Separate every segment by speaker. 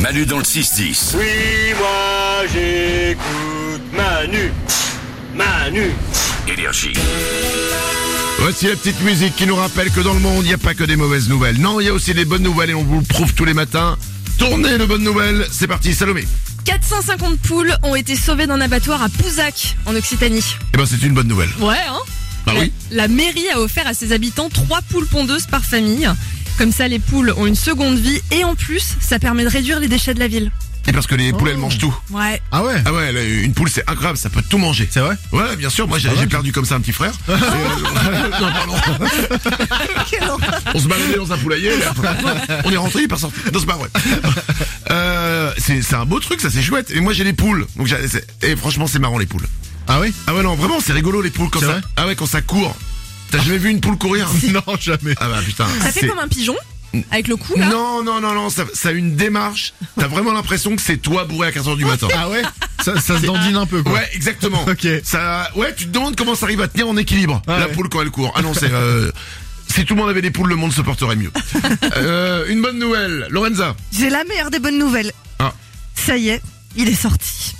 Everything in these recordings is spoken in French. Speaker 1: Manu dans le 6-10.
Speaker 2: Oui, moi j'écoute Manu. Manu.
Speaker 1: Énergie.
Speaker 3: Voici la petite musique qui nous rappelle que dans le monde, il n'y a pas que des mauvaises nouvelles. Non, il y a aussi des bonnes nouvelles et on vous le prouve tous les matins. Tournez le bonnes nouvelles, c'est parti, Salomé.
Speaker 4: 450 poules ont été sauvées d'un abattoir à Pouzac, en Occitanie.
Speaker 3: Eh ben, c'est une bonne nouvelle.
Speaker 4: Ouais, hein
Speaker 3: Bah oui.
Speaker 4: La mairie a offert à ses habitants trois poules pondeuses par famille. Comme ça, les poules ont une seconde vie et en plus, ça permet de réduire les déchets de la ville.
Speaker 3: Et parce que les poulets, elles mangent tout.
Speaker 4: Ouais.
Speaker 5: Ah ouais
Speaker 3: Ah ouais, là, une poule, c'est incroyable, ça peut tout manger.
Speaker 5: C'est vrai Ah
Speaker 3: Ouais, bien sûr, moi j'ai j'ai perdu comme ça un petit frère. Et, euh, non, pardon. on se baladait dans un poulailler, et après, on est rentré, il est pas sorti. Non, c'est pas vrai. Euh, c'est c'est un beau truc, ça c'est chouette. Et moi j'ai les poules, donc j'ai- c'est- et franchement c'est marrant les poules.
Speaker 5: Ah oui
Speaker 3: Ah ouais non, vraiment c'est rigolo les poules quand
Speaker 5: C'est
Speaker 3: ça.
Speaker 5: vrai
Speaker 3: Ah ouais quand ça court. T'as jamais vu une poule courir
Speaker 5: Non, jamais.
Speaker 3: Ah bah putain.
Speaker 4: Ça fait
Speaker 3: c'est-
Speaker 4: comme un pigeon, avec le cou là.
Speaker 3: Non non non non, ça, ça a une démarche. T'as vraiment l'impression que c'est toi bourré à 15h du matin.
Speaker 5: Ah ouais ça, ça se dandine un peu, quoi.
Speaker 3: Ouais, exactement.
Speaker 5: Ok.
Speaker 3: Ça, ouais, tu te demandes comment ça arrive à tenir en équilibre
Speaker 5: Ah
Speaker 3: la
Speaker 5: ouais.
Speaker 3: poule quand elle court. Ah non, c'est. euh, si tout le monde avait des poules, le monde se porterait mieux. Euh, une bonne nouvelle, Lorenza.
Speaker 6: J'ai la meilleure des bonnes nouvelles.
Speaker 3: Ah.
Speaker 6: Ça y est, il est sorti.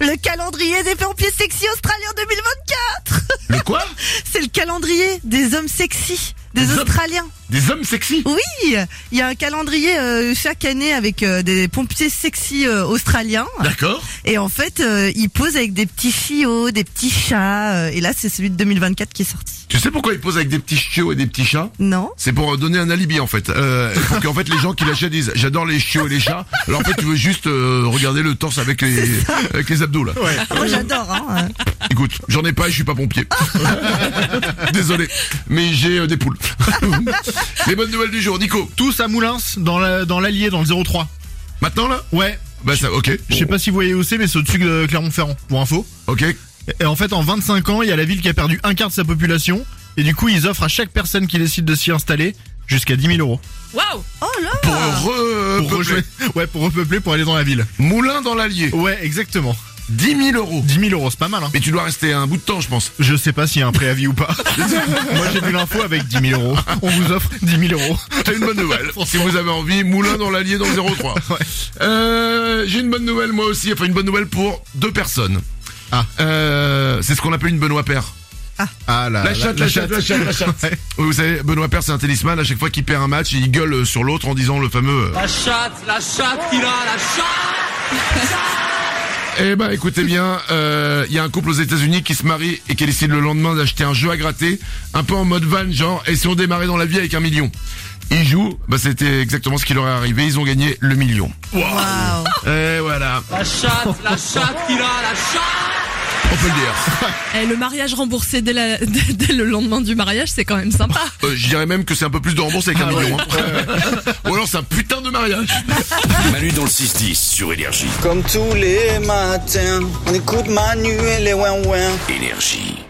Speaker 6: Le calendrier des pompiers sexy australiens 2024
Speaker 3: Le quoi
Speaker 6: C'est le calendrier des hommes sexy, des
Speaker 3: Des hommes-
Speaker 6: Australiens.
Speaker 3: Des hommes sexy.
Speaker 6: Oui, il y a un calendrier euh, chaque année avec euh, des pompiers sexy euh, australiens.
Speaker 3: D'accord.
Speaker 6: Et en fait, euh, ils posent avec des petits chiots, des petits chats. euh, et là, c'est celui de 2024 qui est sorti.
Speaker 3: Tu sais pourquoi ils posent avec des petits chiots et des petits chats
Speaker 6: Non
Speaker 3: c'est pour euh, donner un alibi en fait. Euh, pour qu'en fait les gens qui l'achètent disent j'adore les chiots et les chats. Alors en fait tu veux juste euh, regarder le torse avec les, avec les abdos là.
Speaker 6: Ah, Moi, j'adore. Hein.
Speaker 3: Écoute, j'en ai pas et je suis pas pompier. Désolé, mais j'ai euh, des poules. les bonnes nouvelles du jour, Nico.
Speaker 5: Tous à Moulins, dans la- dans l'Allier, dans, le 03.
Speaker 3: Maintenant là
Speaker 5: Ouais.
Speaker 3: Bah ça, ok.
Speaker 5: Je sais pas si vous voyez où c'est, mais c'est au-dessus de Clermont-Ferrand, pour info.
Speaker 3: Ok.
Speaker 5: Et en fait, en 25 ans, il y a la ville qui a perdu un quart de sa population. Et du coup, ils offrent à chaque personne qui décide de s'y installer jusqu'à 10 000 euros.
Speaker 4: Waouh
Speaker 6: Oh là
Speaker 3: Pour euh, re-
Speaker 5: Pour
Speaker 3: peupler.
Speaker 5: rejoindre- Ouais, pour repeupler, pour aller dans la ville.
Speaker 3: Moulin dans l'Allier.
Speaker 5: Ouais, exactement.
Speaker 3: 10 000 euros.
Speaker 5: 10 000 euros, c'est pas mal, hein.
Speaker 3: Mais tu dois rester un bout de temps, je pense.
Speaker 5: Je sais pas s'il y a un préavis ou pas. Moi, j'ai vu l'info avec 10 000 euros. On vous offre 10 000 euros.
Speaker 3: C'est une bonne nouvelle. si vous avez envie, Moulin dans l'Allier dans le 03. Euh, J'ai une bonne nouvelle moi aussi. Enfin, une bonne nouvelle pour deux personnes.
Speaker 5: Ah.
Speaker 3: Euh, c'est ce qu'on appelle une Benoît Père.
Speaker 5: Ah, la,
Speaker 3: La chatte, la chatte, la chatte, la chatte. Oui, Vous savez, Benoît Père, c'est un tennisman. À chaque fois qu'il perd un match, il gueule sur l'autre en disant le fameux. euh,
Speaker 2: La chatte, la chatte qu'il a, la chatte
Speaker 3: Eh ben, écoutez bien, euh, il y a un couple aux États-Unis qui se marie et qui décide le lendemain d'acheter un jeu à gratter, un peu en mode van, genre. Et si on démarrait dans la vie avec un million Ils jouent. Bah, c'était exactement ce qui leur est arrivé. Ils ont gagné le million.
Speaker 6: Waouh
Speaker 3: Et Eh, voilà,
Speaker 2: La chatte, la chatte qu'il a, la chatte
Speaker 3: on peut le dire.
Speaker 4: Eh, Le mariage remboursé dès, la- dès- dès le lendemain du mariage, c'est quand même sympa.
Speaker 3: Euh, je dirais même que c'est un peu plus de remboursé qu'un million. hein. Ou alors c'est un putain de mariage.
Speaker 1: Manu dans le 6-10 sur Énergie.
Speaker 7: Comme tous les matins, on écoute Manu et les ouin-ouin.
Speaker 1: Énergie.